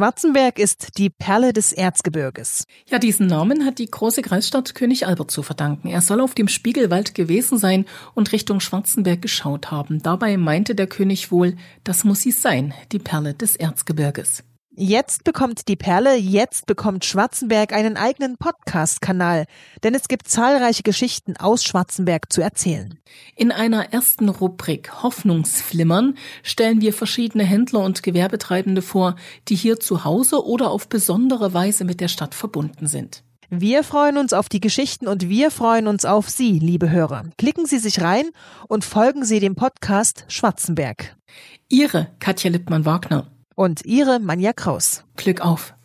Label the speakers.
Speaker 1: Schwarzenberg ist die Perle des Erzgebirges.
Speaker 2: Ja, diesen Namen hat die große Kreisstadt König Albert zu verdanken. Er soll auf dem Spiegelwald gewesen sein und Richtung Schwarzenberg geschaut haben. Dabei meinte der König wohl, das muss sie sein, die Perle des Erzgebirges.
Speaker 1: Jetzt bekommt die Perle, jetzt bekommt Schwarzenberg einen eigenen Podcast-Kanal, denn es gibt zahlreiche Geschichten aus Schwarzenberg zu erzählen.
Speaker 2: In einer ersten Rubrik Hoffnungsflimmern stellen wir verschiedene Händler und Gewerbetreibende vor, die hier zu Hause oder auf besondere Weise mit der Stadt verbunden sind.
Speaker 1: Wir freuen uns auf die Geschichten und wir freuen uns auf Sie, liebe Hörer. Klicken Sie sich rein und folgen Sie dem Podcast Schwarzenberg.
Speaker 2: Ihre Katja Lippmann-Wagner
Speaker 1: Und Ihre Manja Kraus.
Speaker 2: Glück auf!